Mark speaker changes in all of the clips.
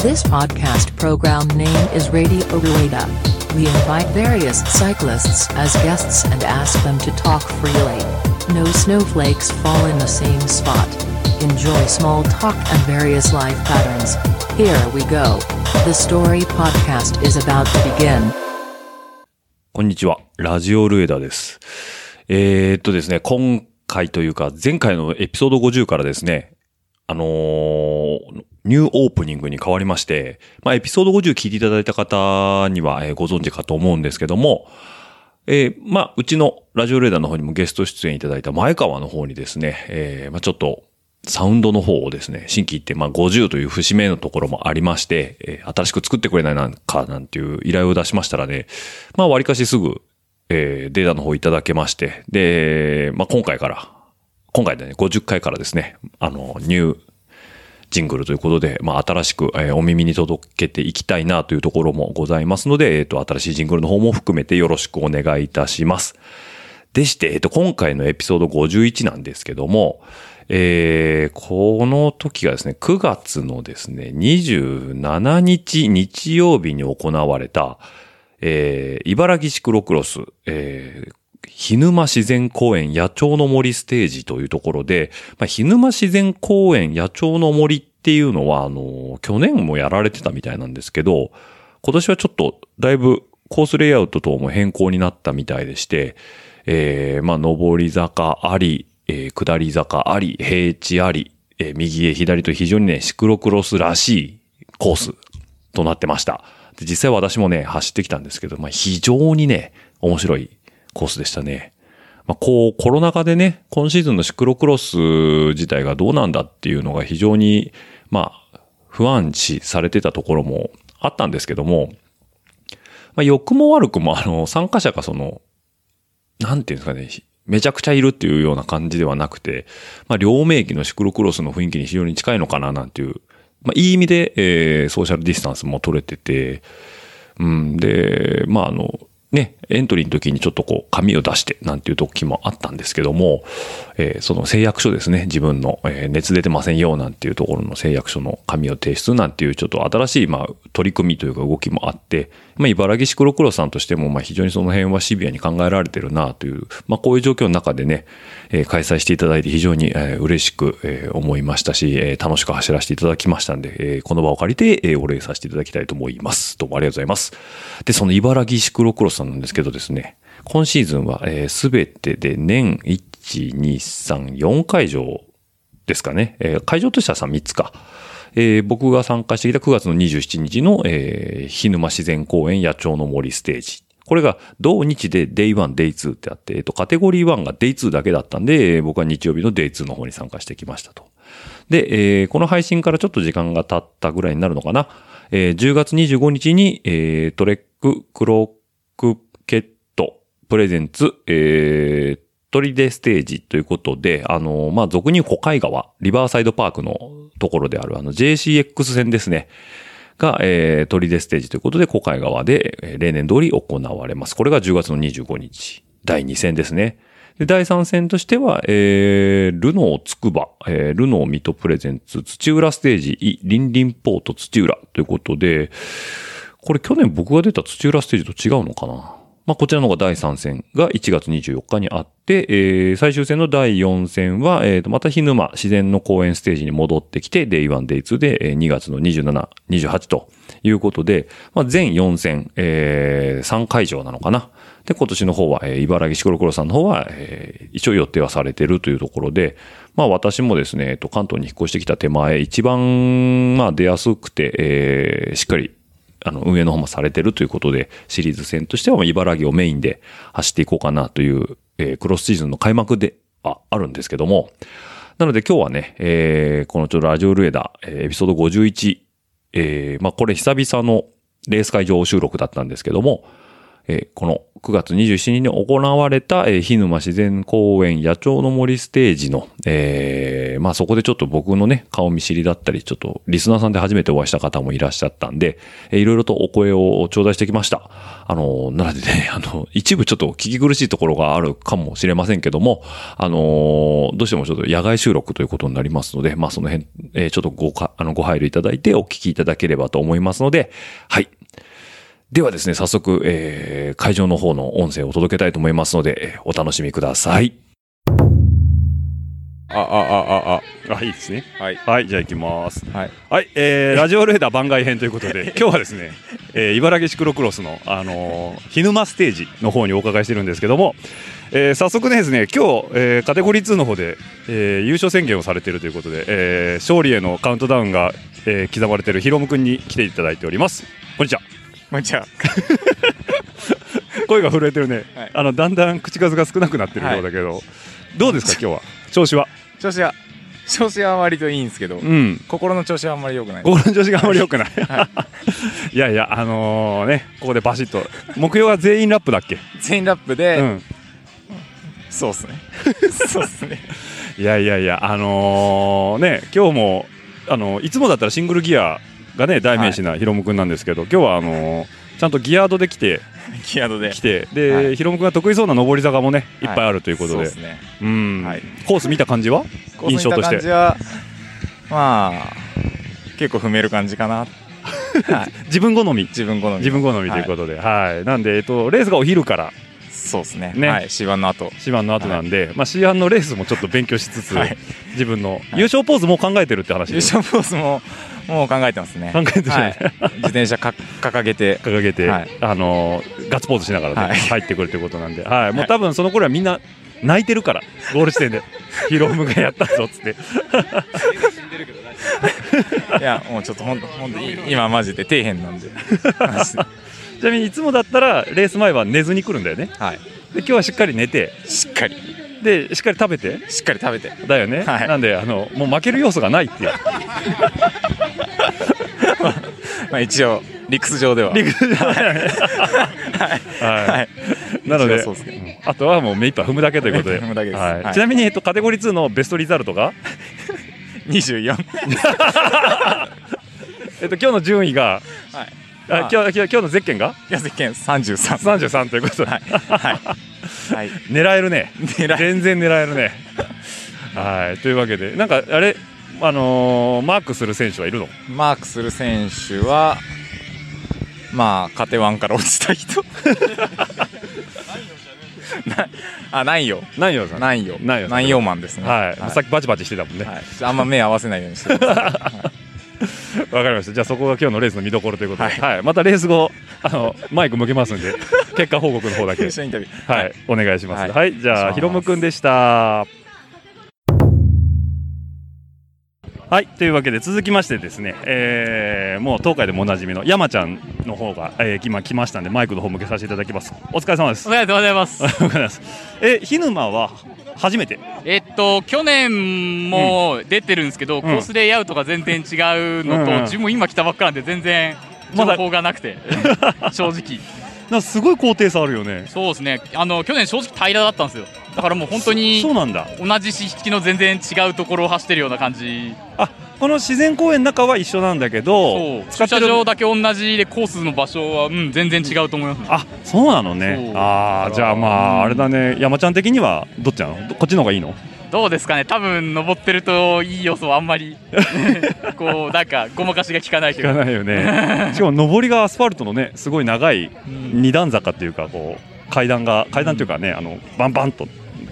Speaker 1: This podcast program name is Radio Rueda. We invite various cyclists as guests and ask them to talk freely. No snowflakes fall in the same spot. Enjoy small talk and various life patterns. Here we go. The Story Podcast is about to begin.
Speaker 2: こんにちは。ラジオルエダです。えーっとですね、今回というか、前回のエピソード50からですね、あのーニューオープニングに変わりまして、まあ、エピソード50聞いていただいた方には、えーご存知かと思うんですけども、えーまあ、うちのラジオレーダーの方にもゲスト出演いただいた前川の方にですね、えーまあ、ちょっと、サウンドの方をですね、新規って、まあ、50という節目のところもありまして、えー新しく作ってくれないなんかなんていう依頼を出しましたらね、まあ、割かしすぐ、えーデータの方いただけまして、で、まあ、今回から、今回でね、50回からですね、あの、ニュー、ジングルということで、まあ、新しく、えーお耳に届けていきたいなというところもございますので、えっ、と、新しいジングルの方も含めてよろしくお願いいたします。でして、えっと、今回のエピソード51なんですけども、えー、この時がですね、9月のですね、27日日曜日に行われた、えー、茨城市クロクロス、えー、日沼自然公園野鳥の森ステージというところで、まあ、日沼自然公園野鳥の森っていうのは、あの、去年もやられてたみたいなんですけど、今年はちょっとだいぶコースレイアウト等も変更になったみたいでして、えー、まあ、上り坂あり、えー下り坂あり、平地あり、えー右へ左と非常にね、シクロクロスらしいコースとなってました。で実際私もね、走ってきたんですけど、まあ、非常にね、面白いコースでしたね。まあ、こう、コロナ禍でね、今シーズンのシクロクロス自体がどうなんだっていうのが非常に、まあ、不安視されてたところもあったんですけども、まあ、良くも悪くも、あの、参加者がその、なんていうんですかね、ひめちゃくちゃいるっていうような感じではなくて、まあ、両名機のシクロクロスの雰囲気に非常に近いのかななんていう、まあ、いい意味で、えーソーシャルディスタンスも取れてて、うん、で、まあ、あの、ね、エントリーの時にちょっとこう、紙を出してなんていう時もあったんですけども、えーその誓約書ですね、自分の、えー熱出てませんよなんていうところの誓約書の紙を提出なんていうちょっと新しい、まあ、取り組みというか動きもあって、まあ、茨城シクロクロスさんとしても、まあ、非常にその辺はシビアに考えられてるなという、まあ、こういう状況の中でね、えー開催していただいて非常に、えー嬉しく、えー思いましたし、えー楽しく走らせていただきましたんで、えーこの場を借りて、えーお礼させていただきたいと思います。どうもありがとうございます。で、その茨城シクロクロスさんなんですけどですね、今シーズンは、えすべてで年1、2、3、4会場ですかね。えー会場としてはさ、3つか。えー僕が参加してきた9月の27日の、えー日沼自然公園野鳥の森ステージ。これが、同日で Day1、Day2 ってあって、えっと、カテゴリー1が Day2 だけだったんで、えー僕は日曜日の Day2 の方に参加してきましたと。で、えーこの配信からちょっと時間が経ったぐらいになるのかな。えー10月25日に、えートレッククロックケットプレゼンツ、えー、トリデステージということで、あの、まあ、俗に言う小海川、リバーサイドパークのところである、あの、JCX 線ですね。が、えー、トリデステージということで、小海川で、えー例年通り行われます。これが10月の25日、第2戦ですね。で、第3戦としては、えー、ルノーつくば、えー、ルノー水戸プレゼンツ、土浦ステージ、イ、リンリンポート土浦ということで、これ去年僕が出た土浦ステージと違うのかなまあ、こちらの方が第3戦が1月24日にあって、えー最終戦の第4戦は、えーとまた日沼自然の公園ステージに戻ってきて、Day1、Day2 で、えー2月の27、28ということで、まあ、全4戦、え3会場なのかな。で、今年の方は、えー茨城シクロクロさんの方は、えー一応予定はされてるというところで、まあ私もですね、えっと、関東に引っ越してきた手前、一番、まあ出やすくて、えーしっかりあの、運営の方もされてるということで、シリーズ戦としてはまあ茨城をメインで走っていこうかなという、えークロスシーズンの開幕で、あ、あるんですけども。なので今日はね、えーこのちょっとラジオルエダ、えーエピソード51、えーまあこれ久々のレース会場収録だったんですけども、
Speaker 3: えーこの9月27日に行われた、えー、日沼自然公園野鳥の森ステージの、えーまあそこでちょっと僕のね、顔見知りだったり、ちょっとリスナーさんで初めてお会いした方もいらっしゃったんで、えーいろいろとお声を頂戴してきました。あのー、なのでね、 あの、一部ちょっと聞き苦しいところがあるかもしれませんけども、あのー、どうしてもちょっと野外収録ということになりますので、まあその辺、えーちょっとごか、あの、ご配慮いただいてお聞きいただければと思いますので、はい。ではですね、早速、えー会場の方の音声を届けたいと思いますので、えーお楽しみください。
Speaker 4: あ、あ、あ、あ、
Speaker 3: あ、いいですね。
Speaker 4: あ、はい。
Speaker 3: はい、じゃあ行きます。
Speaker 4: はい。
Speaker 3: はい、えー、ラジオレーダー番外編ということ で、今日はですね、えー、茨城シクロクロスの、あのー、日沼ステージの方にお伺いしてるんですけども、えー、早速ねですね、今日、えー、カテゴリー2の方で、えー、優勝宣言をされているということで、えー、勝利へのカウントダウンが、えー、刻まれているヒロム君に来ていただいております。こんに ちは。
Speaker 4: こんにちは。
Speaker 3: 声が震えてるね、
Speaker 4: はい
Speaker 3: あのだんだん口数が少なくなってるようだけど、どうですか今日は調子は
Speaker 4: 調子は、調子は割といいんですけど、
Speaker 3: うん
Speaker 4: 心の調子はあんまり良くない。
Speaker 3: 心の調子があまり良 くない、 い、やいやあのねここでバシッと目標は全員ラップだっけ、
Speaker 4: 全員ラップ
Speaker 3: う
Speaker 4: で、
Speaker 3: ん、
Speaker 4: そうっすね。 そうっすね。
Speaker 3: いやいやいやあのね今日もあのいつもだったらシングルギアがね代名詞なヒロムくんなんですけど、今日はあのちゃんとギアードで来て
Speaker 4: キアドで。
Speaker 3: 来てで、
Speaker 4: はい
Speaker 3: ヒロムくんが得意そうな上り坂もねいっ
Speaker 4: は
Speaker 3: ぱいあるということで、
Speaker 4: そうっすね。
Speaker 3: うん、
Speaker 4: はい
Speaker 3: コース見た感じは印象として
Speaker 4: こういった感じは、まあ、結構踏める感じかな。はい。
Speaker 3: 自分好み
Speaker 4: 自分好み。
Speaker 3: 自分好みということで、はい、なんで、えっと、レースがお昼から、
Speaker 4: そうっすね。
Speaker 3: ね
Speaker 4: はい。芝の後。
Speaker 3: シアンの後なんで、まあ、シアンのレースもちょっと勉強しつつ、
Speaker 4: はい
Speaker 3: 自分の優勝ポーズもう考えてるって話
Speaker 4: 優
Speaker 3: で
Speaker 4: 勝ポーズも、もう考えてますね。
Speaker 3: 考えてるね
Speaker 4: はい自転車か掲げて、
Speaker 3: 掲げて、
Speaker 4: はい
Speaker 3: あのーガッツポーズしながら、ね
Speaker 4: はい
Speaker 3: 入ってくるということなんで、はい、もう多分その頃はみんな泣いてるから、ゴール地 点で、ヒロムがやったぞっつって、
Speaker 4: いや、もうちょっとほんと、ほんと、い今マジで底 辺なんで。マジで
Speaker 3: ちなみにいつもだったら、レース前は寝ずに来るんだよね、
Speaker 4: はい。
Speaker 3: で今日はしっかり寝て、
Speaker 4: しっかり、
Speaker 3: でしっかり食べて、
Speaker 4: しっかり食べて。
Speaker 3: だよね、
Speaker 4: はい
Speaker 3: なんであの、もう負ける要素がない っていう。
Speaker 4: まあ一応、理屈上では。
Speaker 3: 陸上だよね。
Speaker 4: は。
Speaker 3: はいい。なの
Speaker 4: 一
Speaker 3: で
Speaker 4: 応そうですね
Speaker 3: あとはもう目いっぱい踏むだけということで。
Speaker 4: 目いっぱ い踏むだけです
Speaker 3: はい
Speaker 4: はい
Speaker 3: ちなみにえっとカテゴリー2のベストリザルトが
Speaker 4: 24。
Speaker 3: えっと今日の順位が
Speaker 4: はい。
Speaker 3: あ今日今日今日のゼッケンが
Speaker 4: 安瀬健33。
Speaker 3: 三十三ということで
Speaker 4: はい。はい。はい。
Speaker 3: 狙えるね。
Speaker 4: 狙え
Speaker 3: 全然狙えるね。はい。というわけでなんかあれあのーマークする選手はいるの？
Speaker 4: マークする選手は、まあ、カテワンから落ちた人。 なあ、ないよ。
Speaker 3: ないよさん。
Speaker 4: ないよ。
Speaker 3: ないよ
Speaker 4: ないよマンですね。
Speaker 3: はい。
Speaker 4: はい
Speaker 3: さっきバチバチしてたもんね。わ、
Speaker 4: はいあんま目合わせないようにしてください。
Speaker 3: かりました。じゃあそこが今日のレースの見どころということで、
Speaker 4: はい
Speaker 3: はい。またレース後あのマイク向けますんで結果報告の方だ け
Speaker 4: 一。緒にインタビュー。
Speaker 3: はい、お願いします。は、
Speaker 4: はい
Speaker 3: じゃあ、
Speaker 4: お願いします
Speaker 3: ひろむくんでした。はい、というわけで続きましてですね、えーもう東海でもおなじみの山ちゃんの方が、えー、今来ましたんでマイクの方向けさせていただきます。お疲れ様です。
Speaker 5: おめでとうござい ます。
Speaker 3: お疲れ様です。 えー、ひぬまは初めて。
Speaker 5: えっと、去年も出てるんですけど、コースレイアウトが全然違うのと、
Speaker 3: うん
Speaker 5: 自分も今来たばっかなんで、全然
Speaker 3: ま
Speaker 5: 情
Speaker 3: だ
Speaker 5: 報がなく て、正直、
Speaker 3: なんかすごい高低差あるよね。
Speaker 5: そうですねあの、去年、正直平らだったんですよ、だからもう本当に
Speaker 3: そうなんだ。
Speaker 5: 同じ敷地の全然違うところを走ってるような感じ、
Speaker 3: あ、この自然公園の中は一緒なんだけ
Speaker 5: そ
Speaker 3: ど
Speaker 5: う、
Speaker 3: 使
Speaker 5: 駐
Speaker 3: って
Speaker 5: 車
Speaker 3: る
Speaker 5: 場だけ同じで、コースの場所は、うん、全然違うと思いますね。
Speaker 3: あ、そうなのね。
Speaker 5: そう
Speaker 3: ああ、じゃあまあ、あれだね。山ちゃん的にはどっちなの？どこっちの方がいいの？
Speaker 5: どうですかね、多分登ってるといい要素はあんまり、 こうなんか、ごまかしが効かないと
Speaker 3: 聞
Speaker 5: いうか
Speaker 3: かないよ ねしかも上りがアスファルトのねすごい長い
Speaker 5: うん
Speaker 3: 二段坂っていうかこう階段が階段というかねあのバンバンと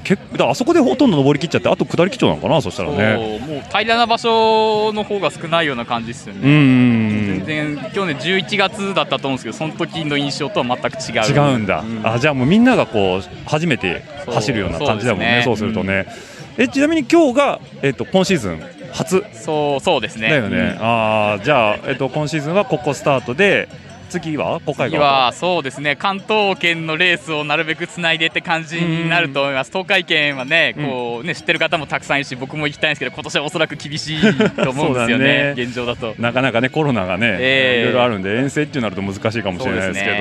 Speaker 3: 結構だからあそこでほとんど上り切っちゃってあと下り基調なのかなそしたらね
Speaker 5: そうもう平らな場所の方が少ないような感じですよ
Speaker 3: う
Speaker 5: ね、
Speaker 3: ん
Speaker 5: 全然去年11月だったと思うんですけどその時の印象とは全く違う
Speaker 3: 違うんだ、あじゃあもうみんながこう初めて走るような感じだもんねそ
Speaker 5: そうう
Speaker 3: す
Speaker 5: そう
Speaker 3: る
Speaker 5: ですね
Speaker 3: とね、えちなみに今日が、えっと今シーズン初
Speaker 5: そうそうですね
Speaker 3: だよね、ああじゃあ、えっと今シーズンはここスタートで次は小海
Speaker 5: 次
Speaker 3: 川
Speaker 5: はそうですね関東圏のレースをなるべくつないでって感じになると思います東海圏はねこうね知ってる方もたくさんいるし僕も行きたいんですけど今年はおそらく厳しいと思うんですよ
Speaker 3: そうだ
Speaker 5: ね
Speaker 3: ね
Speaker 5: 現状だと
Speaker 3: なかなかねコロナがね、
Speaker 5: ええ
Speaker 3: いろいろあるんで遠征ってなると難しいかもしれないですけど
Speaker 5: そ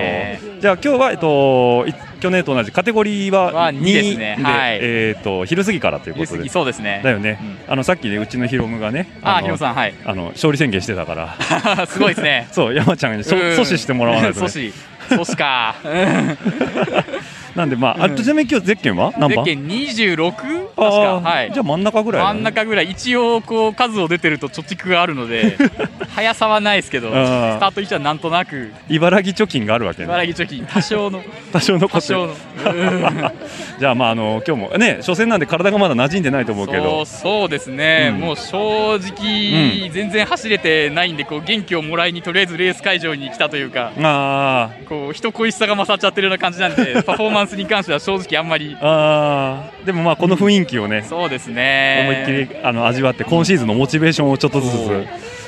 Speaker 5: う
Speaker 3: じゃあ今日は、えっと、い去年と同じカテゴリーは
Speaker 5: は
Speaker 3: 2
Speaker 5: 二ですねはい
Speaker 3: えっと昼過ぎからというこ
Speaker 5: ゆ
Speaker 3: と
Speaker 5: すぎ
Speaker 3: で
Speaker 5: そうですね
Speaker 3: だよね、あのさっきねうちのヒロムがね
Speaker 5: あ
Speaker 3: の
Speaker 5: ヒロさんはい
Speaker 3: あの勝利宣言してたから
Speaker 5: すごいですね
Speaker 3: そう山ちゃんにそ
Speaker 5: うん
Speaker 3: 阻止してもらわないと、ね、
Speaker 5: 阻止阻 止か
Speaker 3: なんでまああ
Speaker 5: うん
Speaker 3: ちなみに今日ゼッケンは何
Speaker 5: ゼッ
Speaker 3: 番
Speaker 5: ケン 26? 確
Speaker 3: あ
Speaker 5: か
Speaker 3: あー、
Speaker 5: はい
Speaker 3: じゃあ真ん中ぐらいだ
Speaker 5: 真
Speaker 3: ね、
Speaker 5: ん中ぐらい一応こう数を出てると貯蓄があるの で速さはないですけどスタ
Speaker 3: あー
Speaker 5: ート位置はなんとなく
Speaker 3: 茨城貯金があるわけね
Speaker 5: 茨城貯金多 少の
Speaker 3: 多少残
Speaker 5: 多
Speaker 3: ってる
Speaker 5: 少のうん
Speaker 3: じゃあまああの今日もね初戦なんで体がまだ馴染んでないと思うけ
Speaker 5: そ
Speaker 3: ど
Speaker 5: うそうですね、
Speaker 3: うん
Speaker 5: もう正直、全然走れてないんでこう元気をもらいにとりあえずレース会場に来たというか
Speaker 3: あ
Speaker 5: こう人恋しさが勝っちゃってるような感じな んでパフォーマンスに関しては正直あんまり
Speaker 3: ーあーでもまあこの雰囲気をね、
Speaker 5: そうですね
Speaker 3: 思いっきりあの味わって今シーズンのモチベーションをちょっとずつ
Speaker 5: そう
Speaker 3: う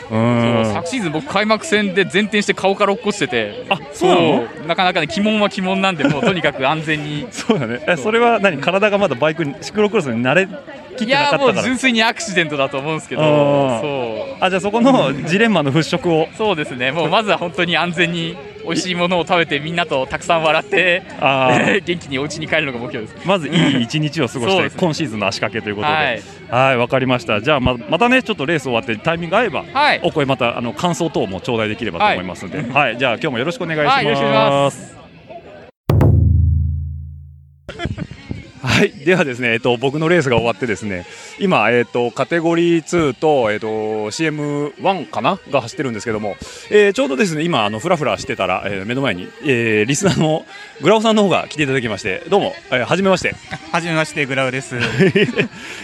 Speaker 5: そう
Speaker 3: ーん
Speaker 5: 昨シーズン僕開幕戦で前転して顔から落っこしてて
Speaker 3: あそうなの
Speaker 5: そうなかなかね鬼門は鬼門なんでもうとにかく安 全に
Speaker 3: そうだねえそれは何体がまだバイクにシクロクロスに慣れきっ
Speaker 5: い
Speaker 3: てな
Speaker 5: や
Speaker 3: か
Speaker 5: ーも
Speaker 3: った
Speaker 5: う
Speaker 3: から
Speaker 5: 純粋にアクシデントだと思うんですけど
Speaker 3: あ
Speaker 5: そ
Speaker 3: あじゃあそこのジレンマの払拭を
Speaker 5: うそうですねもうまずは本当に安全に美味しいものを食べてみんなとたくさん笑って
Speaker 3: あー
Speaker 5: 元気にお家に帰るのが目標です
Speaker 3: まずいい一日を過ごし
Speaker 5: そ
Speaker 3: て
Speaker 5: うですね
Speaker 3: 今シーズンの足掛けということで
Speaker 5: はい
Speaker 3: はいわかりましたじゃあままたねちょっとレース終わってタイミング合えば
Speaker 5: はい
Speaker 3: お声またあの感想等も頂戴できればと思いますので、はいじゃあ今日もよろしくお願いします。
Speaker 5: はいよろしくお願いします
Speaker 3: はいではですね、えっと、僕のレースが終わってですね今、えっと、カテゴリー2と、えっと、CM1 かなが走ってるんですけども、えーちょうどですね今あのフラフラしてたら、えー目の前に、えーリスナーのグラオさんの方が来ていただきましてどうも、えー、はじめまして、
Speaker 6: はじめまして、グラ ウです。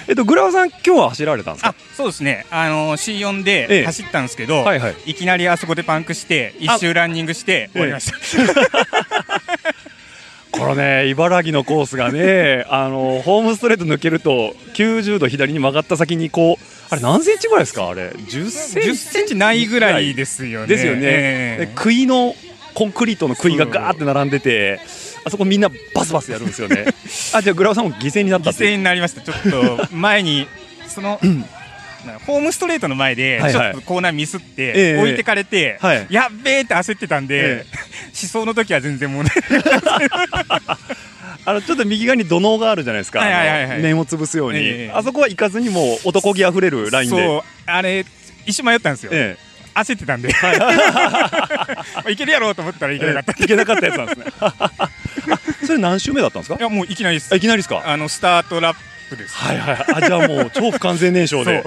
Speaker 3: えっと、グラオさん今日は走られたんです
Speaker 6: あ
Speaker 3: か、
Speaker 6: そうですね。あの C4
Speaker 3: ええ
Speaker 6: で走ったんですけど、
Speaker 3: はい
Speaker 6: い
Speaker 3: はい
Speaker 6: きなりあそこでパンクして一周ランニングして終わりました。
Speaker 3: これね茨城のコースがね あのホームストレート抜けると90度左に曲がった先にこうあれ何センチぐらいですかあれ10セン チ
Speaker 6: 10センチないぐらいですよね。
Speaker 3: ですよね、
Speaker 6: ええ
Speaker 3: で杭のコンクリートの杭がガーって並んでてあそこみんなバスバスやるんですよ ねあじゃあグラオさんも犠牲になったっ
Speaker 6: 犠牲
Speaker 3: て
Speaker 6: になりました。ちょっと 前にその。なホームストレートの前で
Speaker 3: はい
Speaker 6: ちょ
Speaker 3: はい
Speaker 6: っとコーナーミスって、
Speaker 3: ええ
Speaker 6: 置いてかれて、
Speaker 3: はい
Speaker 6: やっべーって焦ってたんで、
Speaker 3: え
Speaker 6: 思想の時は全然問題ない
Speaker 3: あのちょっと右側に土のうがあるじゃないですか
Speaker 6: はいはいはい
Speaker 3: あ
Speaker 6: はい
Speaker 3: の面を潰すように、
Speaker 6: ええ
Speaker 3: あそこは行かずにもう男気あふれるラインで
Speaker 6: そうあれ一瞬迷ったんですよ、
Speaker 3: え
Speaker 6: 焦ってた んで、 まあいけるやろうと思った らい
Speaker 3: え
Speaker 6: けなかった、
Speaker 3: いけなかったやつなんですね あそれ何周目だったんですか
Speaker 6: いやもういきなりです
Speaker 3: あいきなりですか
Speaker 6: あのスタートラップです。
Speaker 3: はいはいあじゃあもう超不完全燃焼で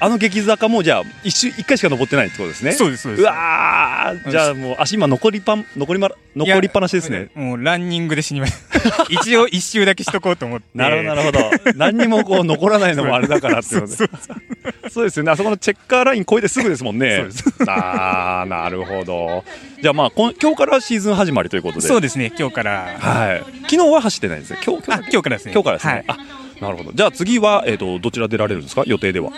Speaker 3: あの激坂もじゃあ一周一回しか登ってないってことですね
Speaker 6: そうですそうです
Speaker 3: うわーじゃあもう足今残りパン残りま残りっぱなしですね。
Speaker 6: もうランニングで死にま した。一応一周だけしとこうと思って。
Speaker 3: なるほどなるほど何にもこう残らないのもあれだからっていうことでそうですよねあそこのチェッカーライン越えてすぐですもんねああなるほどじゃあまあこん今日からシーズン始まりということで
Speaker 6: そうですね。今日から。
Speaker 3: はい昨日は走ってないんですね今日今
Speaker 6: あ
Speaker 3: 日だけ
Speaker 6: 今日からですね。
Speaker 3: 今日からですね、
Speaker 6: はい
Speaker 3: あなるほどじゃあ次は、えー、とどちら出られるんですか予定では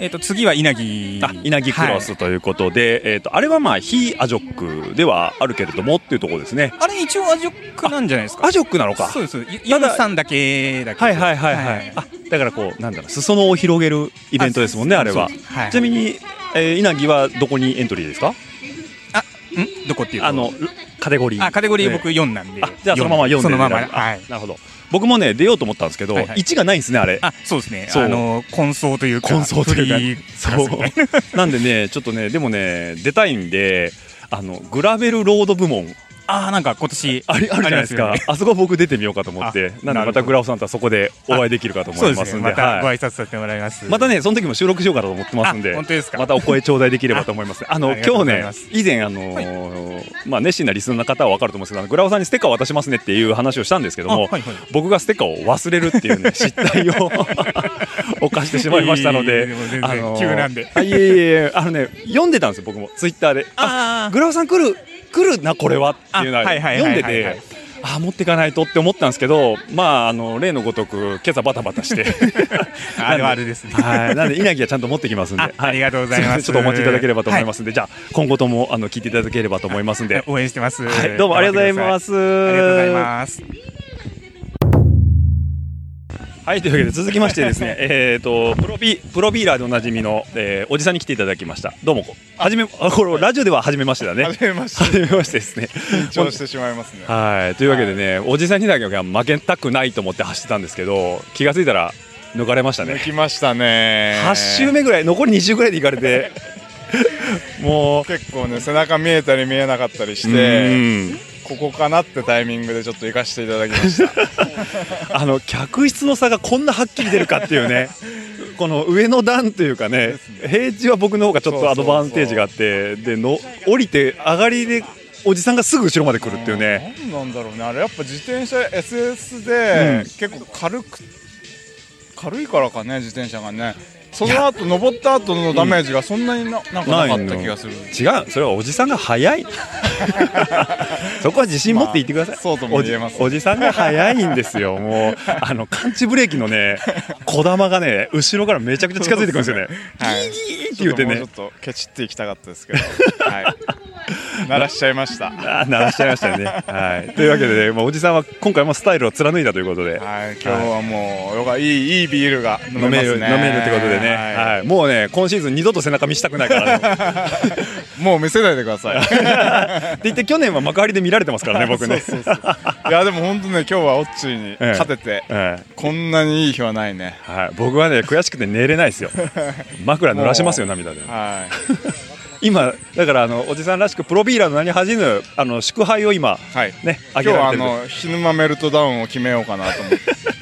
Speaker 6: えっと次は稲城。
Speaker 3: あ稲城クロス
Speaker 6: はい。
Speaker 3: ということで、えー、とあれはまあ非アジョックではあるけれどもっていうところですね
Speaker 6: あれ一応アジョックなんじゃないですか。
Speaker 3: アジョックなのか
Speaker 6: そうです。四三だけだけ。
Speaker 3: はいはいはいはい、あだからこうなんだろう裾野を広げるイベントですもんねあ
Speaker 6: あ
Speaker 3: れは、
Speaker 6: そうですはい
Speaker 3: ちなみに、えー稲城はどこにエントリーですか
Speaker 6: あ、んどこっていうと
Speaker 3: あのカテゴリー
Speaker 6: あカテゴリー僕
Speaker 3: え
Speaker 6: 四なんで
Speaker 3: ーあ。じゃあそのまま読んで
Speaker 6: そのまま。
Speaker 3: 選ぶあ
Speaker 6: はい。
Speaker 3: なるほど僕もね出ようと思ったんですけど、
Speaker 6: はいはい
Speaker 3: 1がないんですねあれ
Speaker 6: あ、そうですね。
Speaker 3: そう
Speaker 6: あの混走というか。
Speaker 3: 混走というか
Speaker 6: フリーガラスみたいな
Speaker 3: そうなんでねちょっとねでもね出たいんであのグラベルロード部門
Speaker 6: あー、なんか今年
Speaker 3: ありあるじゃないですかあ
Speaker 6: あります
Speaker 3: そ
Speaker 6: よね
Speaker 3: こ僕出てみようかと思って
Speaker 6: あ
Speaker 3: なんで
Speaker 6: なるほ
Speaker 3: ま
Speaker 6: ど
Speaker 3: たグラオさんとはそこでお会いできるかと思
Speaker 6: そう
Speaker 3: い
Speaker 6: で
Speaker 3: ますす
Speaker 6: ね。
Speaker 3: んで
Speaker 6: またご
Speaker 3: はい
Speaker 6: 挨拶させてもらいます。
Speaker 3: またね、その時も収録しようかと思ってますんで、
Speaker 6: あ本当ですか
Speaker 3: またお声頂戴できればと思います。あの、
Speaker 6: ありがと
Speaker 3: 今
Speaker 6: う
Speaker 3: 日
Speaker 6: ござい
Speaker 3: ね
Speaker 6: ま、す
Speaker 3: 以前、あのーまあ、熱心なリスナーの方は分かると思うんですけどあの、グラオさんにステッカーを渡しますねっていう話をしたんですけども、
Speaker 6: あはいはい
Speaker 3: 僕がステッカーを忘れるって いうね、失態を 犯してしまいましたの
Speaker 6: いえいえ
Speaker 3: で
Speaker 6: でも全、然
Speaker 3: あのー
Speaker 6: 急なんで
Speaker 3: あいえいえ、あのね、読んでたんですよ、僕も、ツイッターで。あ
Speaker 6: あー
Speaker 3: グラオさん来る、来るな、これはっていうの
Speaker 6: あはいはいはい
Speaker 3: 読んで
Speaker 6: はいはい
Speaker 3: て、あー持っていかないとって思ったんですけど、まあ、あの例のごとく今朝バタバタして、
Speaker 6: あるあるですね。
Speaker 3: はい、なんで稲城はちゃんと持ってきますんで、
Speaker 6: あありがとうございます
Speaker 3: はちょっとお待ちいただければと思いますんで、じゃあ今後ともあの聞いていただければと思いますんで、
Speaker 6: 応援してます。
Speaker 3: はい、どうもありがとうございま
Speaker 6: 頑
Speaker 3: す。
Speaker 6: 張
Speaker 3: あ
Speaker 6: ってください。ありがとうございます。
Speaker 3: はい、というわけで続きましてですね、 えっと、プロビ、プロビーラーでおなじみの、えーおじさんに来ていただきました。どうも、こはじめ、あ、これ、ラジオでは初めましてだね。
Speaker 4: 初めまして
Speaker 3: 初めましてですね。
Speaker 4: 緊張してしまいますね
Speaker 3: はい、というわけでね、おじさんにだけは負けたくないと思って走ってたんですけど、気がついたら、抜かれました
Speaker 4: 抜
Speaker 3: ね。
Speaker 4: きましたね
Speaker 3: 8周目ぐらい、残り2周ぐらいで行かれて、もう、
Speaker 4: 結構ね背中見えたり見えなかったりし
Speaker 3: う
Speaker 4: て
Speaker 3: ん
Speaker 4: ここかなってタイミングでちょっと行かせていただきました
Speaker 3: あの客室の差がこんなはっきり出るかっていうね、 この上の段というかね、平地は僕の方がちょっとアドバンテージがあって、での降りて、上がりでおじさんがすぐ後ろまで来るっていうね、
Speaker 4: 何なんだろうねあれやっぱ自転車 SS で結構軽く軽いからかね自転車がねその後登った後のダメージがそんなにななんかなかった気がする
Speaker 3: 違う、それはおじさんが速 い、そこは自信持って言ってください、
Speaker 4: まあそうとも言えます
Speaker 3: おじおじさんが速いんですよ、も う、あの感知ブレーキのね、小玉がね、後ろからめちゃくちゃ近づいてくるんですよね、
Speaker 4: は
Speaker 3: ギ
Speaker 4: い
Speaker 3: ーって言ってね
Speaker 4: ちょっともうちょっとケチっていきたかったですけど はい鳴らしちゃいました
Speaker 3: あー鳴らしちゃいましたよね。はい、というわけで、ねまあ、おじさんは今回もスタイルを貫いたということで。
Speaker 4: はい、今日はもう、よがいい、いいビールが飲め
Speaker 3: 飲め
Speaker 4: ますね。
Speaker 3: る飲めるってことでね、
Speaker 4: はい
Speaker 3: はいもうね今シーズン二度と背中見したくないからね
Speaker 4: もう見せないでください。
Speaker 3: って言って去年は幕張で見られてますからね僕ね
Speaker 4: そうそう そういや、でも本当ね、今日はオッチーに
Speaker 3: ええ
Speaker 4: 勝てて、
Speaker 3: ええ
Speaker 4: こんなにいい日はないね。
Speaker 3: はい、僕はね悔しくて寝れないです よ枕濡らしますよ涙で
Speaker 4: はい、
Speaker 3: 今だからあのおじさんらしくプロビーラーの名に恥じぬあの祝杯を今、
Speaker 4: はい、
Speaker 3: ね
Speaker 4: 今
Speaker 3: あ
Speaker 4: 日
Speaker 3: げ
Speaker 4: は
Speaker 3: ら
Speaker 4: あ
Speaker 3: れてる
Speaker 4: の、ひぬまメルトダウンを決めようかなと思って。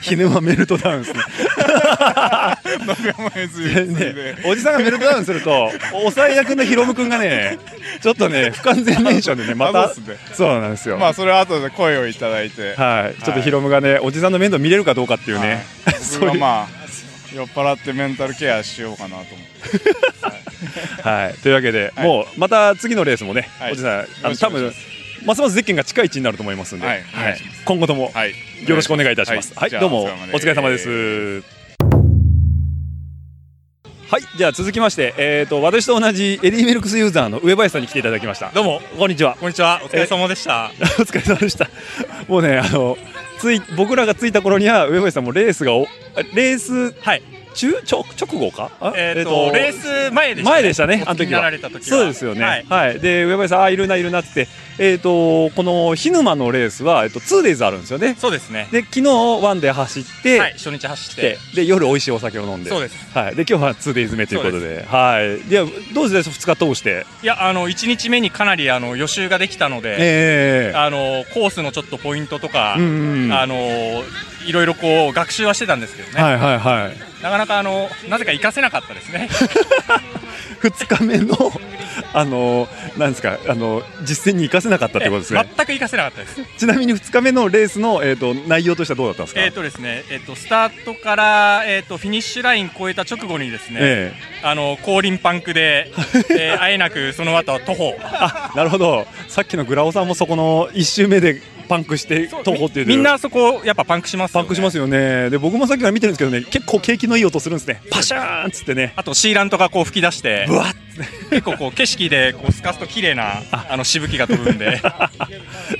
Speaker 3: ひねまメルトダウンですね ねおじさんがメルトダウンすると抑え役のヒロム君がねちょっとね不完全燃焼でねまた
Speaker 4: そうっすね
Speaker 3: そうなんですよ、
Speaker 4: まあ、それは後で声をいただいて。
Speaker 3: はい、ちょっとヒロムがね、おじさんの面倒見れるかどうかっていう
Speaker 4: はい
Speaker 3: ね、
Speaker 4: 僕
Speaker 3: そう
Speaker 4: は
Speaker 3: いう、
Speaker 4: まあ、酔っ払ってメンタルケアしようかなと思って。
Speaker 3: はい、というわけで、
Speaker 4: はい
Speaker 3: もうまた次のレースもね、
Speaker 4: はい
Speaker 3: おじさん、あ
Speaker 4: よろ
Speaker 3: の
Speaker 4: しく
Speaker 3: 多
Speaker 4: お願い
Speaker 3: 分
Speaker 4: し
Speaker 3: ますますゼッケンが近い位置になると思いますんで、
Speaker 4: はいお願いし
Speaker 3: 今後とも、
Speaker 4: はい、
Speaker 3: よろしくお願いいたします。はい、
Speaker 4: じゃあ
Speaker 3: どうもお疲れ様で。
Speaker 4: す
Speaker 3: す。はい、じゃあ続きまして、えっ、と私と同じエディメルクスユーザーの上林さんに来ていただきました。どうもこんにちは。
Speaker 6: こんにちは。お疲れ様でした。
Speaker 3: お疲れ様でした。もうね、あの、つい、僕らが着いた頃には、上林さんもレースがお、あレース、はい、中、直、直後か。あ
Speaker 6: えっとレ
Speaker 3: ス。
Speaker 6: ース前でしたね
Speaker 3: 前でしたね、
Speaker 6: お
Speaker 3: あの
Speaker 6: 聞き
Speaker 3: 時
Speaker 6: になら
Speaker 3: は
Speaker 6: れた時は。
Speaker 3: そうですよね。は
Speaker 6: はいい、
Speaker 3: で、上林さん、あ、いるな、いるなって、えっ、と、この日沼のレースは、えっと、ツーデイズあるんですよね。
Speaker 6: そうですね。
Speaker 3: で、昨日ワンで走って、
Speaker 6: はい、初日走っ
Speaker 3: 来て
Speaker 6: て。
Speaker 3: で、夜美味しいお酒を飲んで。
Speaker 6: そうです。
Speaker 3: はい、で今日は 2days 目ということで、はい、ではどうですか、2日通して、
Speaker 6: いや、あの一日目にかなりあの予習ができたので、
Speaker 3: ええ
Speaker 6: あのコースのちょっとポイントとか、
Speaker 3: うんうんうん
Speaker 6: あのいろいろこう学習はしてたんですけどね。
Speaker 3: はいはいはい、
Speaker 6: なかなかあのなぜか活かせなかったですね。
Speaker 3: 2日目の、 あのなんですか、あの実践に生かせなかったってことですね
Speaker 6: 全。く活かせなかったです。
Speaker 3: ちなみに2日目のレースの、えー、と内容としてはどうだったんですか、
Speaker 6: えっとですね、えっ、とスタートからえっ、とフィニッシュライン越えた直後にですね、
Speaker 3: ええ
Speaker 6: あの後輪パンク で、えー、あえなくその後は徒歩。
Speaker 3: あなるほど、さっきのグラオさんもそこの1周目でパンクして、徒歩っていう
Speaker 6: みみんなそこやっぱパンクしますよ、
Speaker 3: パ
Speaker 6: ね。
Speaker 3: ンクしますよね、で僕もさっきから見てるんですけどね、結構景気のいい音するんですね、パシャーンっつってね、
Speaker 6: あとシーランとかこう吹き出して
Speaker 3: ぶわっ
Speaker 6: 結構こう景色でこう透かすと綺麗なあのしぶきが飛ぶん で
Speaker 3: だ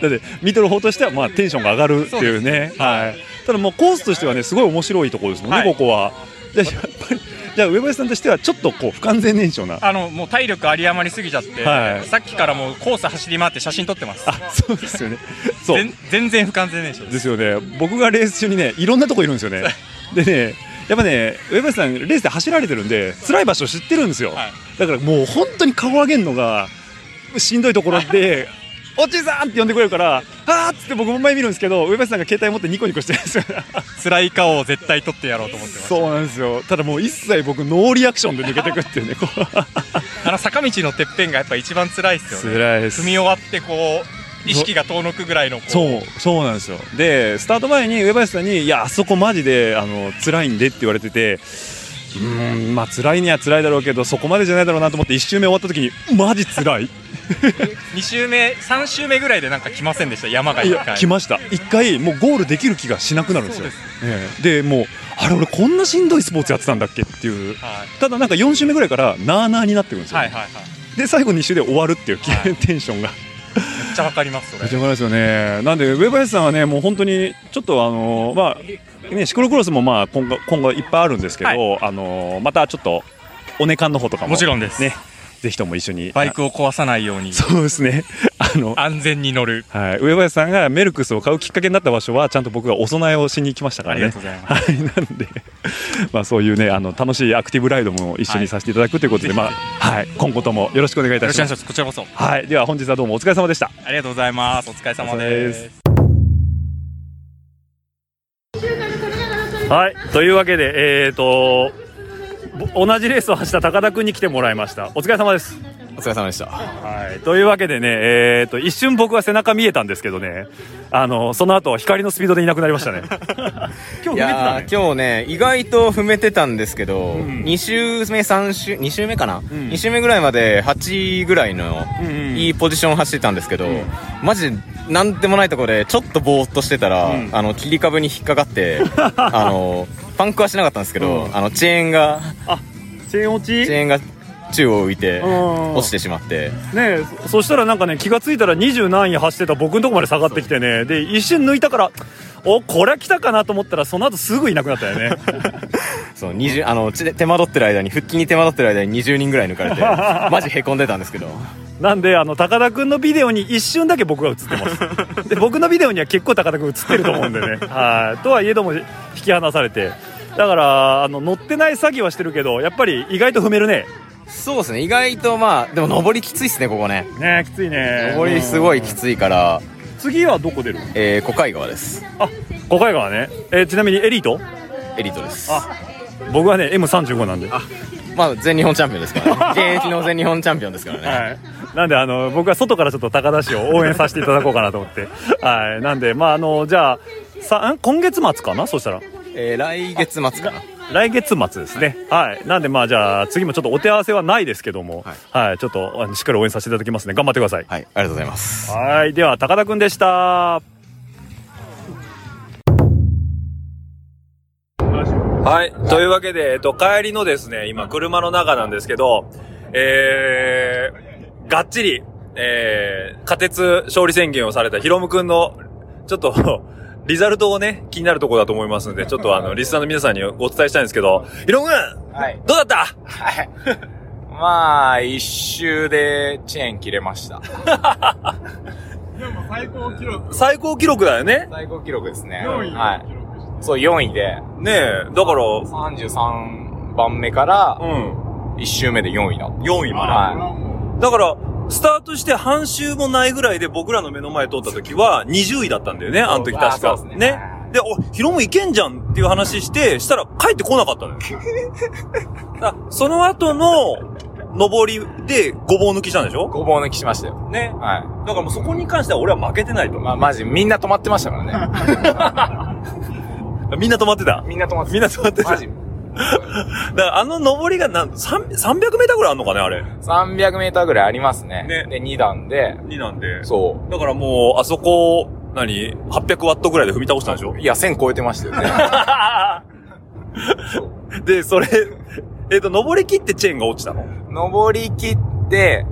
Speaker 3: って見てる方としてはまあテンションが上がるっていうねはい、ただもうコースとしてはねすごい面白いところですもんね、
Speaker 6: はい
Speaker 3: ここはじゃあやっぱりじゃあ上林さんとしてはちょっとこう不完全燃焼な
Speaker 6: あのもう体力有り余りすぎちゃって、
Speaker 3: はい
Speaker 6: さっきからもうコース走り回って写真撮ってます
Speaker 3: あそうですよねそう
Speaker 6: 全全然不完全燃焼で
Speaker 3: ですすよね僕がレース中にねいろんなとこいるんですよねでねやっぱね上林さんレースで走られてるんで辛い場所知ってるんですよ、
Speaker 6: はい
Speaker 3: だからもう本当に顔上げるのがしんどいところで「おじさん!」って呼んでくれるから「あーっ!」つって僕も前見るんですけど上林さんが携帯持ってニコニコしてるんですよ
Speaker 6: 辛い顔を絶対撮ってやろうと思ってま す
Speaker 3: そうなんですよただもう一切僕ノーリアクションで抜けてくっていうねこう
Speaker 6: あの坂道のてっぺんがやっぱ一番辛いですよね
Speaker 3: 辛いです
Speaker 6: 踏み終わってこう意識が遠のくぐらいのこう
Speaker 3: そうそうなんですよでスタート前に上林さんに「いやあそこマジであの辛いんで」って言われてて
Speaker 2: うーんまあ辛いには辛いだろうけどそこまでじゃないだろうなと思って1周目終わった時にマジ辛い
Speaker 3: 2周目3周目ぐらいでなんか来ませんでした山が
Speaker 2: い
Speaker 3: 1
Speaker 2: や
Speaker 3: 回
Speaker 2: 来ました1回もうゴールできる気がしなくなるんですよでもうあれ俺こんなしんどいスポーツやってたんだっけっていう
Speaker 3: はい
Speaker 2: ただなんか4周目ぐらいからなあなあになってくるんですよ、
Speaker 3: はいはいはい
Speaker 2: で最後2周で終わるっていう、
Speaker 3: はい
Speaker 2: テンションが
Speaker 3: めっちゃわかりますそ
Speaker 2: め
Speaker 3: れ
Speaker 2: ちゃくちゃですよね。なんで、上林さんはね、もう本当に、ちょっとあの、まあ、ね、シクロクロスもまあ、今後、今後いっぱいあるんですけど、
Speaker 3: は
Speaker 2: あの、またちょっと、お値段の方とかも、
Speaker 3: もちろんです、
Speaker 2: ね、ぜひとも一緒に。
Speaker 3: バイクを壊さないように
Speaker 2: あそうですね。 あの、
Speaker 3: 安全に乗る
Speaker 2: はい、上林さんがメルクスを買うきっかけになった場所は、ちゃんと僕がお供えをしに行きましたか
Speaker 3: あ
Speaker 2: らね。
Speaker 3: りがとうございま
Speaker 2: は
Speaker 3: す
Speaker 2: い、なんで、まあ、そういうね、あの、楽しいアクティブライドも一緒にさせていただくということで、まあ、はい、今後ともよろしくお願いい
Speaker 3: よ
Speaker 2: た
Speaker 3: ろし
Speaker 2: し
Speaker 3: くお願
Speaker 2: ま
Speaker 3: いし
Speaker 2: す。
Speaker 3: ますこちらこそ
Speaker 2: はい、では、本日はどうもお疲れ様でした。
Speaker 3: ありがとうございますお疲れ様です
Speaker 2: はい、というわけで、えー、とぼ同じレースを走った高田君に来てもらいましたお疲れ様です
Speaker 7: お疲れ様でした。
Speaker 2: はいというわけでね、えー、と一瞬僕は背中見えたんですけどねあのその後光のスピードでいなくなりましたね 今日
Speaker 7: い
Speaker 2: 見えてた
Speaker 7: や
Speaker 2: ね
Speaker 7: ー今日ね、意外と踏めてたんですけど、2周目、3周、2周目かな、?2 周目ぐらいまで8位ぐらいの
Speaker 2: ん
Speaker 7: いいポジション走ってたんですけど、マジでなんでもないところでちょっとぼーっとしてたら、あの、切り株に引っかかって、あの、パンクはしなかったんですけど、あの、チェーンが、
Speaker 2: チェーン落
Speaker 7: チ
Speaker 2: ち
Speaker 7: ェーンが宙を浮いて、
Speaker 2: ん
Speaker 7: 落ちてしまって、
Speaker 2: ねそそしたらなんかね気がついたら二十何位走ってた僕のとこまで下がってきてねで一瞬抜いたからおこれは来たかなと思ったらその後すぐいなくなったよ ね
Speaker 7: その20、あの、ち手間取ってる間に、腹筋に手間取ってる間に20人ぐらい抜かれて、マジ凹んでたんですけど。
Speaker 2: なんであの高田君のビデオに一瞬だけ僕が映ってますで僕のビデオには結構高田君映ってると思うんでね はいとはいえども引き離されてだからあの乗ってない詐欺はしてるけどやっぱり意外と踏めるね
Speaker 7: そうですね意外とまあでも上りきついっすねここね
Speaker 2: ねきついね
Speaker 7: 上りすごいきついから、
Speaker 2: 次はどこ出る
Speaker 7: えー、小海川です
Speaker 2: あ小海川ね、えーちなみにエリート
Speaker 7: エリートです
Speaker 2: 僕はね M35 なんでは
Speaker 7: まあ全日本チャンピオンですからね現役の全日本チャンピオンですからね、
Speaker 2: いなんであの僕は外からちょっと高田氏を応援させていただこうかなと思ってはいなんでまああのじゃあさん今月末かなそしたら
Speaker 7: えー、来月末かな
Speaker 2: 来月末ですね。はい。なんで、まあ、じゃあ、次もちょっとお手合わせはないですけども、
Speaker 7: はい
Speaker 2: はい。ちょっと、あのしっかり応援させていただきますね。頑張ってください。
Speaker 7: はいありがとうございます
Speaker 2: はい。では、高田くんでした。はい。というわけで、えっと、帰りのですね、今、車の中なんですけど、えー、がっちり、えー、仮鉄勝利宣言をされたヒロムくんの、ちょっと、 リザルトをね、気になるところだと思いますので、ちょっとあの、リスナーの皆さんにお伝えしたいんですけど、ヒロムくん
Speaker 4: はい。
Speaker 2: どうだっ
Speaker 4: はい。まあ、一周でチェーン切れました。
Speaker 8: 最高記録
Speaker 2: た最高記録だよね
Speaker 4: 最高記録ですね。
Speaker 8: 4位
Speaker 4: はい。そう、4位で、
Speaker 2: ねえ、だから、
Speaker 4: 33番目から
Speaker 2: う、ん。
Speaker 4: 一周目で4位だった。
Speaker 2: 4位まで。
Speaker 4: は
Speaker 2: だから、スタートして半周もないぐらいで僕らの目の前通った時は20位だったんだよね、あの時確
Speaker 4: あ
Speaker 2: か
Speaker 4: そう。ですね
Speaker 2: ね。で、お、ヒロもいけんじゃんっていう話して、したら帰ってこなか ったのよ。あその後の、上りでごぼう抜きしたんでしょ
Speaker 4: ごぼう抜きしましたよ。
Speaker 2: ね。
Speaker 4: は
Speaker 2: だからもうそこに関しては俺は負けてないと
Speaker 4: い。。まあ、マジ、みんな止まってましたから ね。
Speaker 2: みんな止まってた。
Speaker 4: みんな止まって
Speaker 2: みんな止まってた。
Speaker 4: マジ。
Speaker 2: だからあの上りがなん、三300メーターぐらいあんのかね、あれ。
Speaker 4: 300メーターぐらいありますね。
Speaker 2: ね
Speaker 4: で、2段で、
Speaker 2: 2なんで。
Speaker 4: そ
Speaker 2: だからもう、あそこ、何 ?800 ワットぐらいで踏み倒したんでしょ
Speaker 4: う。いや、1000超えてました よね。
Speaker 2: で、それ、えっ、と、登り切ってチェーンが落ちたの。
Speaker 4: 登り切って、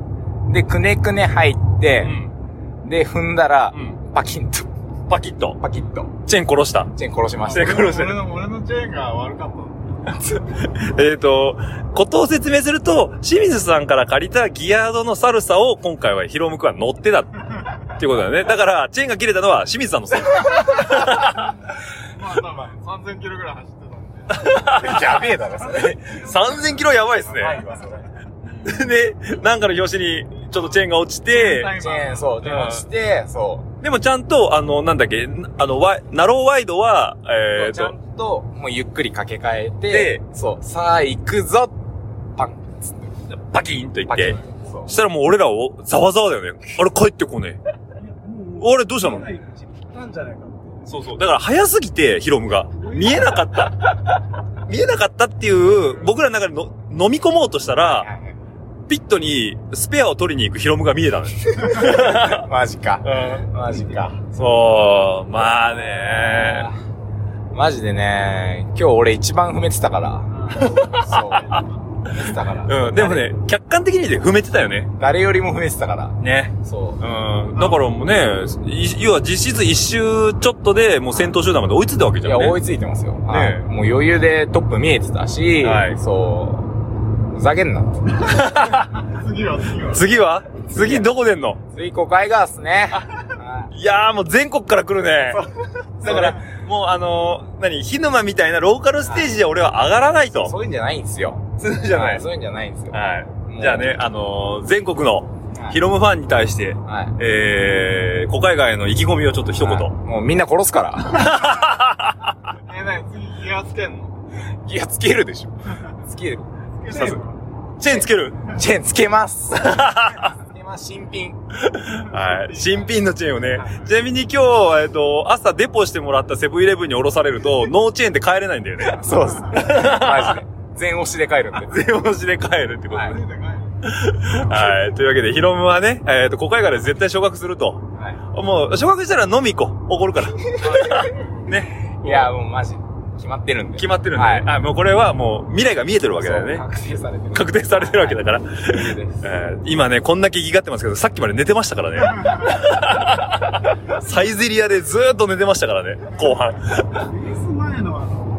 Speaker 4: で、くねくね入って、で、踏んだら、パキンと、
Speaker 2: パキッと。
Speaker 4: パキッと、
Speaker 2: チェーン殺した。
Speaker 4: チェーン殺しました。
Speaker 2: 殺した。
Speaker 8: 俺の俺のチェーンが悪かったの
Speaker 2: えっ、と、ことを説明すると、清水さんから借りたギアードのサルサを今回はヒロムくんは乗ってた。っていうことだよね。だから、チェーンが切れたのは清水さんのせい。
Speaker 8: まあまあまあ3000キロぐらい走ってたんで
Speaker 4: やべえだろ、それ。
Speaker 2: 3000キロやばいっす
Speaker 4: ない
Speaker 2: ね。
Speaker 4: わ、それ。
Speaker 2: で、なんかの拍子に、ちょっとチェーンが落ちて、
Speaker 4: チェーン、そう、でもして、そ
Speaker 2: でもちゃんと、あの、なんだっけ、あの、ワイナローワイドは、
Speaker 4: う。
Speaker 2: えっ、
Speaker 4: ちゃ
Speaker 2: と、
Speaker 4: んと、もうゆっくり掛け替え
Speaker 2: で
Speaker 4: て、そう、さあ行くぞ、パン、つって、
Speaker 2: パキーンといっ
Speaker 4: パキ
Speaker 2: て
Speaker 4: ン、。そう
Speaker 2: そ。したらもう俺らをざわざわだよね。あれ帰ってこねえ。あれどうしたの
Speaker 8: なんじゃないか
Speaker 2: そうそう。だから早すぎて、ヒロムが。見えなかった。見えなかったっていう、僕らの中での飲み込もうとしたら、ピットにスペアを取りに行くヒロムが見えたのよ。
Speaker 4: マジか。マジか。
Speaker 2: そう、まあね。
Speaker 4: マジでね、今日俺一番踏めてたから。そう。踏めてたから。
Speaker 2: うん、でもね、客観的にで踏めてたよね。
Speaker 4: 誰よりも踏めてたから。
Speaker 2: ね。
Speaker 4: そう
Speaker 2: う。ん。だからもうね、い要は実質一周ちょっとでもう先頭集団まで追いついたわけ
Speaker 4: い
Speaker 2: じゃ
Speaker 4: や、
Speaker 2: んね。
Speaker 4: 追いついてますよ。はいもう余裕でトップ見えてたし、
Speaker 2: はい
Speaker 4: そう。ふざけんな。
Speaker 2: 次は次どこ出んの
Speaker 4: 次、5回がっすね。
Speaker 2: いやーもう全国から来るね。だから、もうあのー、何、火沼みたいなローカルステージで俺は上がらないと。
Speaker 4: そういうんじゃないんですよ。
Speaker 2: そうじゃな。
Speaker 4: はいそういうんじゃないんですよ。
Speaker 2: はい。
Speaker 4: もう
Speaker 2: じゃあね、あのー、全国の
Speaker 4: はい
Speaker 2: ヒロムファンに対して、
Speaker 4: はい。
Speaker 2: えー、小海外の意気込みをちょっと一言。
Speaker 4: はいもうみんな殺すから。
Speaker 9: え、なに、次、気がつけんの
Speaker 4: いや、つけるで しょ。つける。
Speaker 2: さすチェーンつける
Speaker 4: チェーンつけます。つけます、新品。
Speaker 2: はい。新品のチェーンをね。ちなみに今日、えっ、と、朝デポしてもらったセブンイレブンに降ろされる と、ノーチェーンで帰れないんだよね。
Speaker 4: そうっす。マジ で。全押しで帰るんで。
Speaker 2: 全押しで帰るってこと
Speaker 4: はい
Speaker 2: ね。はい。というわけで、ヒロムはね、えっ、と、小海外で絶対昇格すると。
Speaker 4: は
Speaker 2: もう、昇格したら飲み行こう。怒るから。 ね。
Speaker 4: い。いや、もうマジ。決まってるんで。
Speaker 2: 決まってるんで、
Speaker 4: はい
Speaker 2: あ、もうこれはもう未来が見えてるわけだよ
Speaker 4: そう
Speaker 2: ね。
Speaker 4: 確定されてる。
Speaker 2: 確定されてるわけだから。
Speaker 4: 定です。
Speaker 2: えー今ね、こんだけギガってますけど、さっきまで寝てましたからね。 サイゼリアでずーっと寝てましたからね、後半。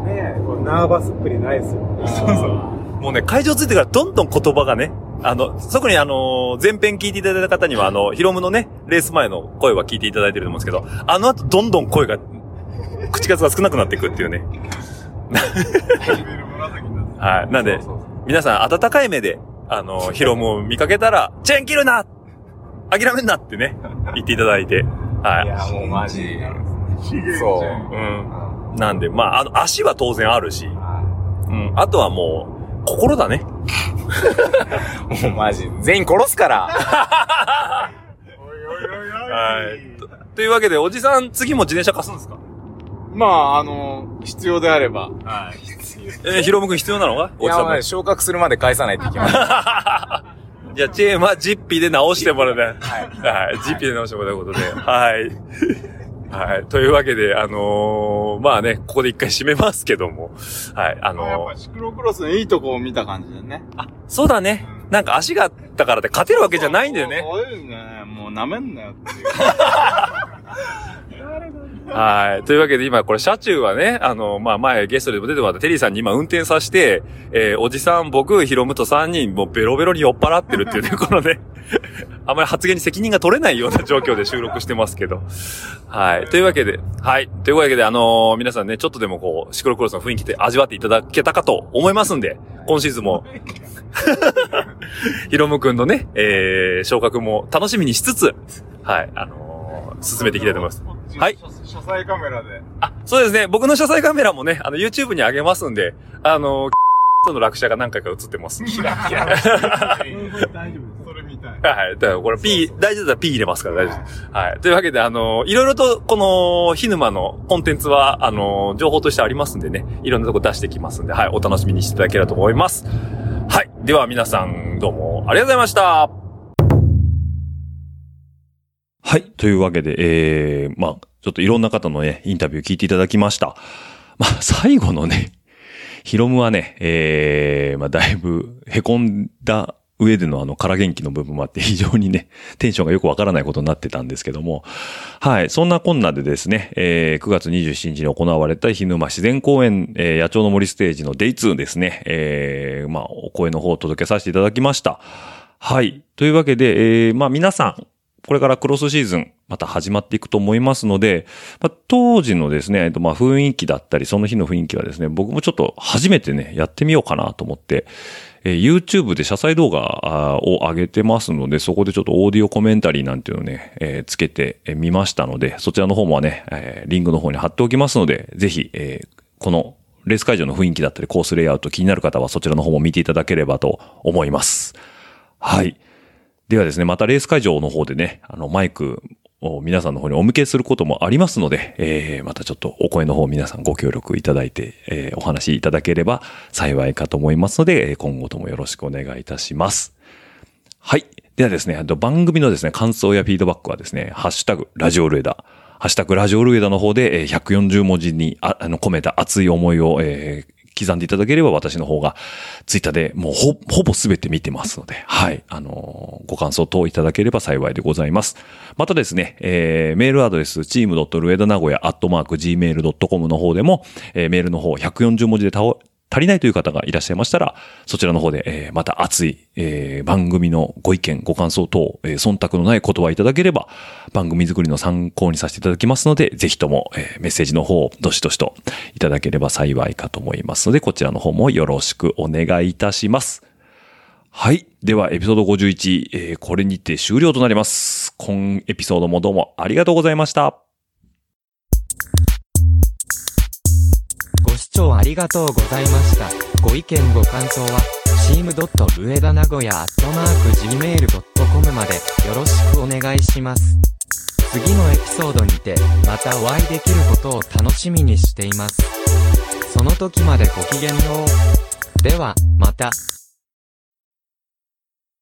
Speaker 3: ねえ、こうナーバスっぷりないですよ。
Speaker 2: もうね、会場ついてからどんどん言葉がね、あの、特にあのー前編聞いていただいた方には、あの、ヒロムのね、レース前の声は聞いていただいてると思うんですけど、あの後どんどん声が、口数が少なくなっていくっていうね。はい。なんで、皆さん温かい目で、あの、ヒロムを見かけたら、チェーン切るな諦めんなってね、言っていただいて。はいい。
Speaker 4: や、もうマジ。そう。
Speaker 2: うん。なんで、まあ、あの、足は当然あるし、
Speaker 4: は
Speaker 2: うん。あとはもう、心だね。
Speaker 4: いもう マジ。全員殺すから。
Speaker 2: はい。とというわけで、おじさん、次も自転車貸すんですか
Speaker 9: まあ、あの、必要であれば。
Speaker 2: えー、ヒロム君必要なのか
Speaker 4: い
Speaker 2: おじ
Speaker 4: や、
Speaker 2: さん
Speaker 4: お
Speaker 2: も
Speaker 4: 前。昇格するまで返さないといけない。
Speaker 2: じゃあ、チェーンはジッピーで直してもらうね。はい。ジッピーで直してもらうことで。はい。はい。というわけで、あのー、まあね、ここで一回締めますけども。はい。あ
Speaker 9: やっ
Speaker 2: の
Speaker 9: ぱ
Speaker 2: ー、
Speaker 9: シクロクロスのいいとこを見た感じでね。
Speaker 2: そうだね。なんか足があったからって勝てるわけじゃないんだよね。
Speaker 9: そういうね、もう舐めんなよっていう。
Speaker 2: はい。というわけで今、これ、車中はね、あの、まあ、前ゲストでも出てもらったテリーさんに今運転させて、えーおじさん、僕、ヒロムと3人、もうベロベロに酔っ払ってるっていうね、このね、 あまり発言に責任が取れないような状況で収録してますけど。はい。というわけで、はい。というわけで、あのー皆さんね、ちょっとでもこう、シクロクロスの雰囲気で味わっていただけたかと思いますんで、今シーズンも、 ヒロムくんのね、えー昇格も楽しみにしつつ、はい、あのー進めていきたいと思います。はい。
Speaker 9: 車載カメラで。
Speaker 2: あ、そうですね。僕の車載カメラもね、あの、YouTube に上げますんで、あの、 との落車が何回か映ってます。
Speaker 3: 大丈夫それみたい。
Speaker 2: はい。だからこれ P、大丈夫だったら P 入れますから大丈夫。はい。というわけで、あの、いろいろと、この、ひぬまのコンテンツは、あの、情報としてありますんでね、いろんなとこ出してきますんで、はい。お楽しみにしていただければと思います。はい。では皆さん、どうもありがとうございました。
Speaker 10: はい。というわけで、えー、まあ、ちょっといろんな方のね、インタビュー聞いていただきました。まあ、最後のね、ヒロムはね、えー、まあ、だいぶ、凹んだ上でのあの、空元気の部分もあって、非常にね、テンションがよくわからないことになってたんですけども、はい。そんなこんなでですね、えー、9月27日に行われた日沼自然公園、えー、野鳥の森ステージのデイ2ですね、えー、まあ、お声の方を届けさせていただきました。はい。というわけで、えー、まあ、皆さん、これからクロスシーズン、また始まっていくと思いますので、まあ、当時のですね、えっと、まあ、雰囲気だったり、その日の雰囲気はですね、僕もちょっと初めてね、やってみようかなと思って、えー YouTube で車載動画あーを上げてますので、そこでちょっとオーディオコメンタリーなんていうのをね、えーつけてえーみましたので、そちらの方もね、えーリンクの方に貼っておきますので、ぜひ、えーこのレース会場の雰囲気だったり、コースレイアウト気になる方はそちらの方も見ていただければと思います。はい。ではですね、またレース会場の方でね、あの、マイク
Speaker 2: お皆さんの方にお向けすることもありますので、えーまたちょっとお声の方皆さんご協力いただいて、えーお話しいただければ幸いかと思いますので、えー今後ともよろしくお願いいたします。はい。ではですね、あと番組のですね、感想やフィードバックはですね、ハッシュタグ、ラジオルエダ、ハッシュタグ、ラジオルエダの方で、えー140文字にああの込めた熱い思いを、えー刻んでいただければ私の方がツイッターでもうほ、ほぼすべて見てますので、はい。あのーご感想等いただければ幸いでございます。またですね、えーメールアドレス、チームルエダ名古屋アットマーク gmail.com の方でも、えーメールの方140文字で倒足りないという方がいらっしゃいましたら、そちらの方で、えーまた熱い、えー番組のご意見、ご感想等、えー忖度のない言葉いただければ、番組作りの参考にさせていただきますので、ぜひとも、えーメッセージの方をどしどしといただければ幸いかと思いますので、こちらの方もよろしくお願いいたします。はい。では、エピソード51、えーこれにて終了となります。今エピソードもどうもありがとうございました。
Speaker 11: ご視聴ありがとうございました。ご意見ご感想は、チームドット上田名古屋アットマーク Gmail.com までよろしくお願いします。次のエピソードにて、またお会いできることを楽しみにしています。その時までごきげんよう。では、また。